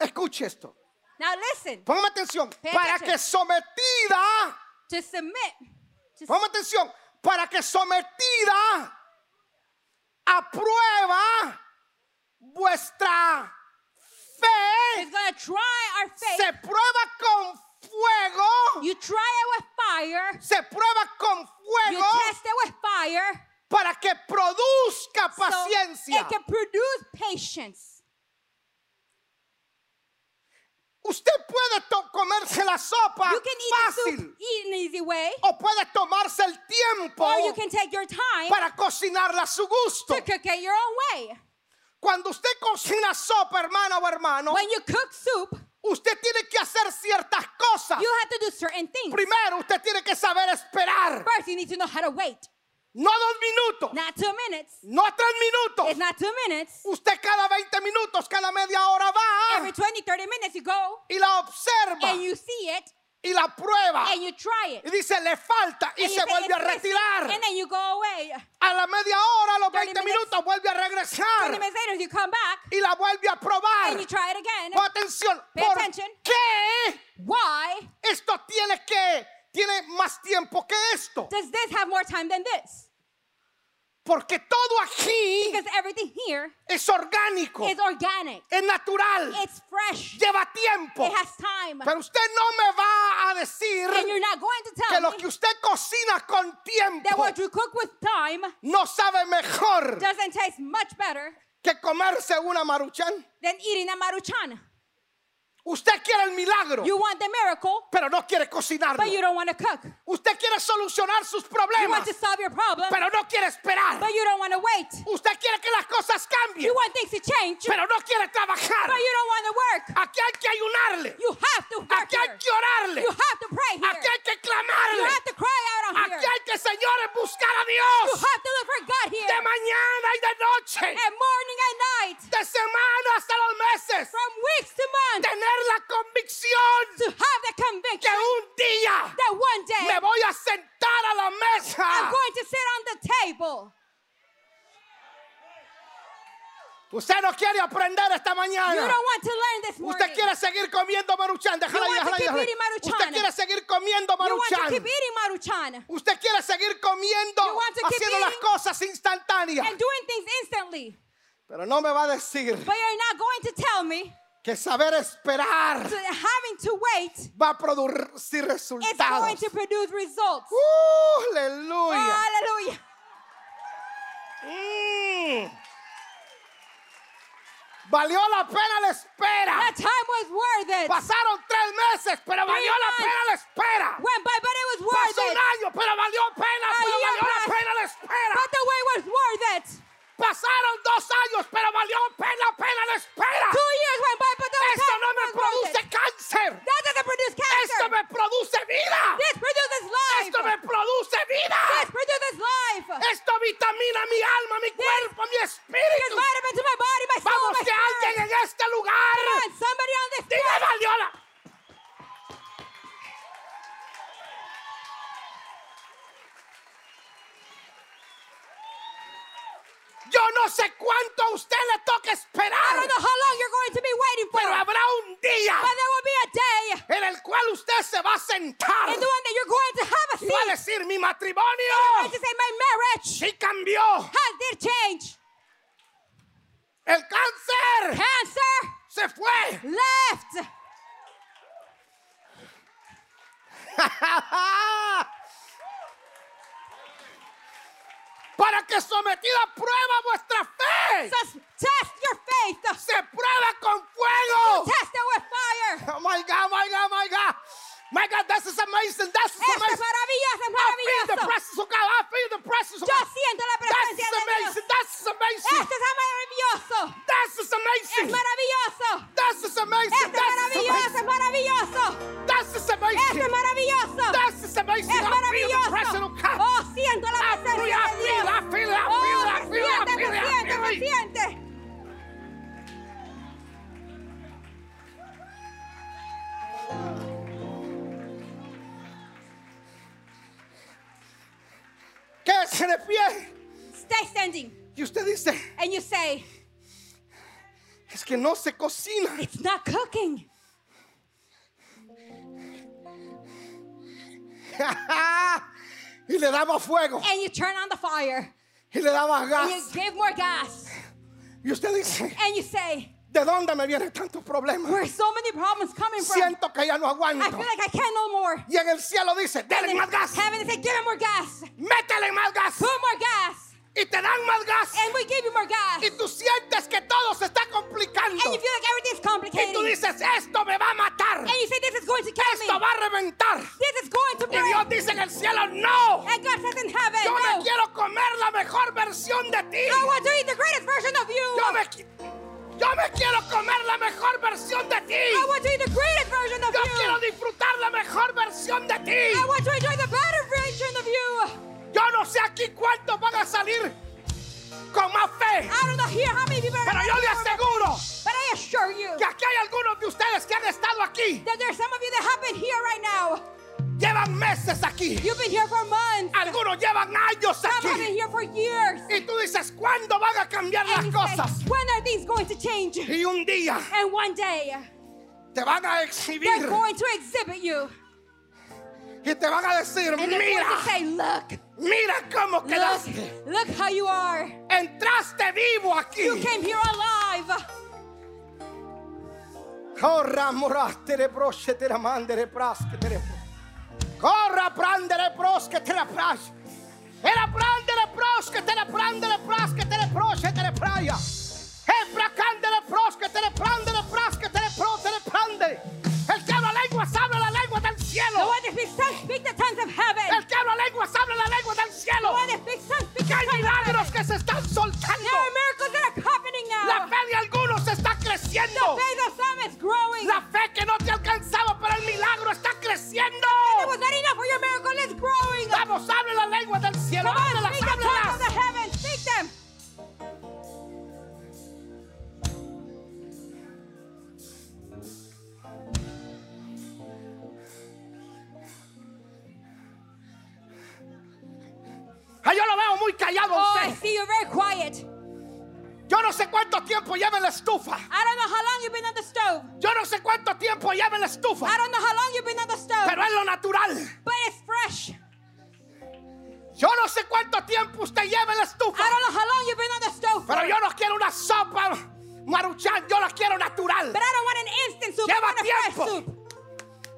A: Escuche esto.
B: Now listen.
A: Póngame atención.
B: Pay
A: Para
B: attention.
A: que sometida.
B: To submit. To s-
A: Póngame atención. Para que sometida a prueba vuestra
B: it's
A: fe
B: gonna try our faith.
A: se prueba con fuego.
B: You try it with fire.
A: Se prueba con
B: You
A: fuego
B: test it with fire.
A: para que produzca
B: so
A: paciencia.
B: it can produce patience.
A: Usted puede to- comerse la sopa
B: You can eat the soup
A: Ah, fácil
B: eat in an easy way,
A: o puede tomarse el tiempo
B: or you can take your time
A: para cocinarla a su gusto.
B: to cook it your own way.
A: Cuando usted cocina sopa, hermana o hermano,
B: When you cook soup,
A: usted tiene que hacer ciertas cosas.
B: you have to do certain things.
A: Primero, usted tiene que saber esperar.
B: First, you need to know how to wait.
A: No dos minutos,
B: Not two minutes.
A: no tres
B: It's
A: minutos.
B: not two minutes.
A: Usted cada 20 minutos, cada media hora
B: Every
A: va
B: 20, 30 minutes, you go
A: y la observa
B: and you see it
A: y la prueba.
B: and you try
A: Ah. Y
B: it.
A: dice, le falta y
B: And you
A: se
B: say,
A: vuelve a
B: "It's missing,"
A: retirar.
B: And then you go away.
A: A la media hora, a los
B: 30
A: 20
B: minutes.
A: minutos, vuelve a
B: 20
A: regresar
B: minutes later, you come back
A: y la vuelve a
B: and
A: probar.
B: you try it again.
A: Pon atención,
B: Pay
A: ¿por
B: attention.
A: qué
B: Why
A: esto tiene que, tiene más tiempo que esto?
B: does this have more time than this?
A: Porque todo aquí
B: Because everything here
A: es orgánico,
B: is organic,
A: es natural,
B: it's fresh,
A: lleva tiempo.
B: it has time.
A: Pero usted no me va a decir
B: And you're not going to
A: que
B: tell
A: lo
B: me
A: que usted cocina con
B: that
A: tiempo
B: what you cook with time
A: no sabe mejor
B: doesn't taste much better
A: que comerse una maruchan.
B: than eating a maruchan.
A: Usted quiere el milagro,
B: You want the miracle,
A: pero no quiere cocinarlo.
B: but you don't want to cook.
A: Usted quiere solucionar sus
B: You want
A: problemas,
B: to solve your problem,
A: pero no quiere esperar.
B: but you don't want to wait.
A: Usted quiere que las cosas
B: You
A: cambien,
B: want things to change, but
A: pero no quiere trabajar.
B: you don't want to work.
A: Aquí hay que ayunarle,
B: You have to work
A: aquí
B: here.
A: hay que orarle,
B: You have to pray here.
A: aquí hay que
B: You
A: clamarle,
B: have to cry out out
A: aquí
B: here.
A: hay que, señores, buscar a
B: You
A: Dios
B: have to look for God here.
A: de mañana y de noche.
B: At morning and night,
A: de semana hasta los meses.
B: from weeks to months,
A: Tener la convicción
B: to have the
A: que
B: conviction
A: un día
B: that one day
A: me voy a sentar a la
B: I'm
A: mesa.
B: going to sit on the table.
A: Usted no quiere aprender esta
B: You
A: mañana.
B: don't want to learn this morning.
A: Usted quiere seguir comiendo maruchan. Déjala
B: You
A: ahí,
B: want to
A: déjala ahí,
B: keep
A: déjala ahí.
B: eating maruchan.
A: Usted quiere seguir comiendo
B: you want to
A: maruchan.
B: keep eating maruchan
A: Usted quiere seguir
B: You
A: comiendo,
B: want to keep
A: haciendo las
B: eating.
A: cosas instantáneas.
B: and doing things instantly.
A: Pero no me va a decir
B: But you're not going to tell me
A: que saber esperar
B: to having to wait
A: va a producir
B: is going
A: resultados.
B: to produce results.
A: ¡Uh, aleluya.
B: Hallelujah.
A: Mm. Valió la pena la espera.
B: That time was worth it.
A: Pasaron tres meses, pero valió la pena la espera.
B: Went by, but it was worth
A: Pasó un
B: it.
A: año, pero valió pena,
B: A
A: pero
B: year
A: valió la
B: passed.
A: pena la espera.
B: But the wait was worth it.
A: Pasaron dos años, pero valió pena, pena la espera.
B: Two years went by, but the
A: Esto
B: time
A: no me
B: was worth
A: produce
B: it.
A: cáncer.
B: That doesn't produce cancer.
A: Esto me produce vida.
B: This produces life.
A: Esto me produce
B: This
A: vida.
B: produces life.
A: Esto vitamina mi alma, mi cuerpo, mi
B: There's
A: espíritu.
B: vitamin to my body, my soul,
A: Vamos
B: my
A: que alguien
B: spirit.
A: en este lugar
B: Come on, somebody on this
A: Dime,
B: floor.
A: Valiola. Yo no sé cuánto a usted le toca
B: I
A: esperar,
B: don't know how long you're going to be waiting for.
A: pero habrá un día
B: But there will be a day
A: en el cual usted se va a sentar
B: in the one that you're going to have a
A: y va a
B: seat.
A: decir, mi
B: I
A: matrimonio
B: just say my marriage
A: sí cambió.
B: has did change.
A: El cáncer
B: Cancer
A: se fue.
B: left.
A: ¡Ah! Para que sometida a prueba vuestra fe,
B: Just test your faith.
A: se prueba con fuego.
B: Test it with fire.
A: Oh my God, my God, my God. My God, this is amazing. This is
B: Esto es
A: amazing.
B: maravilloso, es
A: I feel the
B: maravilloso.
A: presence of God. I feel the presence of
B: Yo
A: God.
B: siento la
A: This
B: presencia
A: is
B: de Dios.
A: amazing. This is amazing.
B: Esto es maravilloso.
A: This is
B: Es
A: amazing.
B: maravilloso.
A: This is amazing.
B: Esto es maravilloso, es
A: This
B: maravilloso.
A: is amazing.
B: Esto es maravilloso.
A: This is amazing. I
B: Es
A: feel the presence
B: maravilloso.
A: of God.
B: Oh, siento la
A: I feel,
B: presencia
A: I
B: de
A: feel, I
B: Dios.
A: feel,
B: Oh,
A: I
B: se
A: feel, I
B: siente,
A: feel,
B: se
A: I feel, I
B: siente, se
A: feel.
B: siente.
A: Quédese de pie.
B: Stay standing.
A: Y usted dice,
B: And you say,
A: es que no se cocina.
B: it's not cooking.
A: y le damos fuego.
B: And you turn on the fire.
A: Y le damos
B: And you
A: gas.
B: give more gas.
A: Y usted dice,
B: And you say,
A: ¿de dónde me vienen tantos problemas?
B: where are so many problems coming from?
A: Siento que ya no
B: I
A: aguanto.
B: feel like I can no more.
A: Y en el cielo dice, denle más gas.
B: Heaven is like, give him more gas.
A: Métele más gas.
B: Put more gas.
A: y te dan más gas
B: and we give you more gas.
A: y tú sientes que todo se está complicando
B: and you feel like everything's
A: y tú
B: complicated.
A: dices esto me va a matar
B: and you say, This is going to kill
A: esto
B: me.
A: va a reventar
B: This is going to
A: y
B: burn.
A: Dios dice en el cielo no
B: And God says in heaven,
A: yo
B: No,
A: me quiero comer la mejor versión de ti
B: I want to eat the greatest version of you.
A: yo me, qui- yo me quiero comer la mejor versión de
B: I
A: ti
B: want to eat the greatest version of
A: yo
B: you.
A: quiero disfrutar la mejor versión de ti
B: I want to enjoy the better version of you.
A: Yo no sé aquí cuántos van a salir con más fe,
B: I don't know here how many people are
A: pero yo
B: gonna
A: le
B: hear about
A: aseguro
B: this, But I assure you
A: que aquí hay algunos de ustedes que han estado aquí,
B: that there's some of you that have been here right now.
A: llevan meses aquí,
B: You've been here for months.
A: algunos llevan años
B: Some have been
A: aquí,
B: here for years.
A: y tú dices, ¿cuándo van a cambiar
B: And
A: las
B: you
A: Ah, cosas?
B: say, when are these going to change?
A: Y un día
B: And one day,
A: te van a exhibir
B: they're going to exhibit you.
A: y te van a decir,
B: And they're
A: mira,
B: going to say, look,
A: mira cómo quedaste,
B: look, look how you are.
A: entraste vivo aquí.
B: You came here alive.
A: Corra morastere brosche te la mandere prasche te Corra prendere prosche te la prasche. E la prendere prosche te la prendere prasche te le prosche te le praia. E pracandere prosche te le prendere prasche te le pro te le prende. El que habla lenguas habla la lengua del
B: The
A: cielo.
B: one that speaks tongues, speak the tongues of heaven.
A: El que habla lenguas habla la lengua del
B: The
A: cielo.
B: one that speaks tongues, speak
A: Que
B: the
A: hay
B: tongues of
A: milagros
B: heaven.
A: que se están soltando.
B: There are miracles that are happening
A: La
B: now.
A: fe de algunos está creciendo.
B: Faith of some is growing.
A: La fe que no te alcanzaba para el milagro está creciendo.
B: It was not enough for your miracle. It's growing.
A: Vamos, abre la lengua del cielo.
B: Come on,
A: Ábrelas,
B: speak the tongues of
A: ábrelas.
B: the heaven. Speak them.
A: Ah, yo lo veo muy callado a
B: Oh, I
A: usted.
B: see you're very quiet.
A: Yo no sé cuánto tiempo lleva en la estufa.
B: I don't know how long you've been on the stove.
A: Yo no sé cuánto tiempo lleva en la estufa.
B: I don't know how long you've been on the stove.
A: Pero es lo natural.
B: But it's fresh.
A: Yo no sé cuánto tiempo usted lleva en la estufa.
B: I don't know how long you've been on the stove.
A: Pero yo no quiero una sopa maruchan. Yo la quiero natural.
B: But I don't want an instant soup. I
A: Lleva
B: want a fresh
A: tiempo.
B: soup.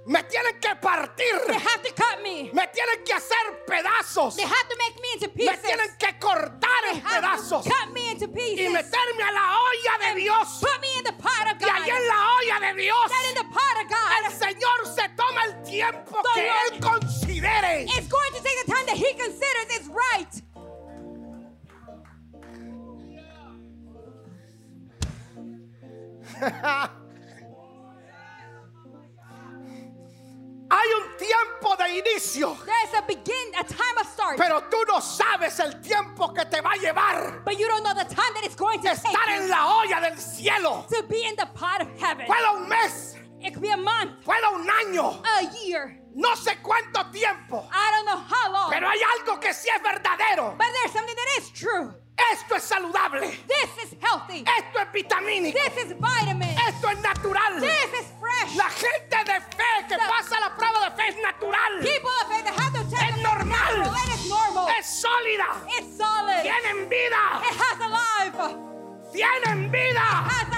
A: Me tienen que partir.
B: They have to cut me.
A: Me tienen que hacer pedazos.
B: They have to make me into
A: Me
B: pieces.
A: tienen que cortar
B: They
A: en
B: have to
A: pedazos.
B: cut me into
A: y
B: pieces.
A: meterme a la olla de Dios.
B: Put me in the pot of
A: Y
B: God.
A: allí en la olla de Dios,
B: That in the pot of God.
A: el Señor se toma el tiempo que
B: Señor.
A: Él considere.
B: It's going to take the time that he considers it's right.
A: Hay un tiempo de inicio,
B: There's a begin, a time of start.
A: pero tú no sabes el tiempo que te va a llevar
B: But you don't know the time that it's going to take
A: estar en la olla del cielo.
B: to be in the pot of heaven.
A: Fuera un mes,
B: It could be a month,
A: fuera un año,
B: a year.
A: no sé cuánto tiempo,
B: I don't know how long.
A: pero hay algo que sí es verdadero.
B: But there's something that is true.
A: Esto es saludable,
B: This is healthy.
A: esto es vitamínico,
B: This is vitamin.
A: esto es natural.
B: This is fresh.
A: Eh. La gente de fe que pasa la prueba de fe es natural,
B: People of faith that have to take
A: Es
B: the
A: normal.
B: natural, It is normal.
A: es sólida,
B: It's solid. It
A: tienen vida,
B: has a life. It
A: tienen vida,
B: has a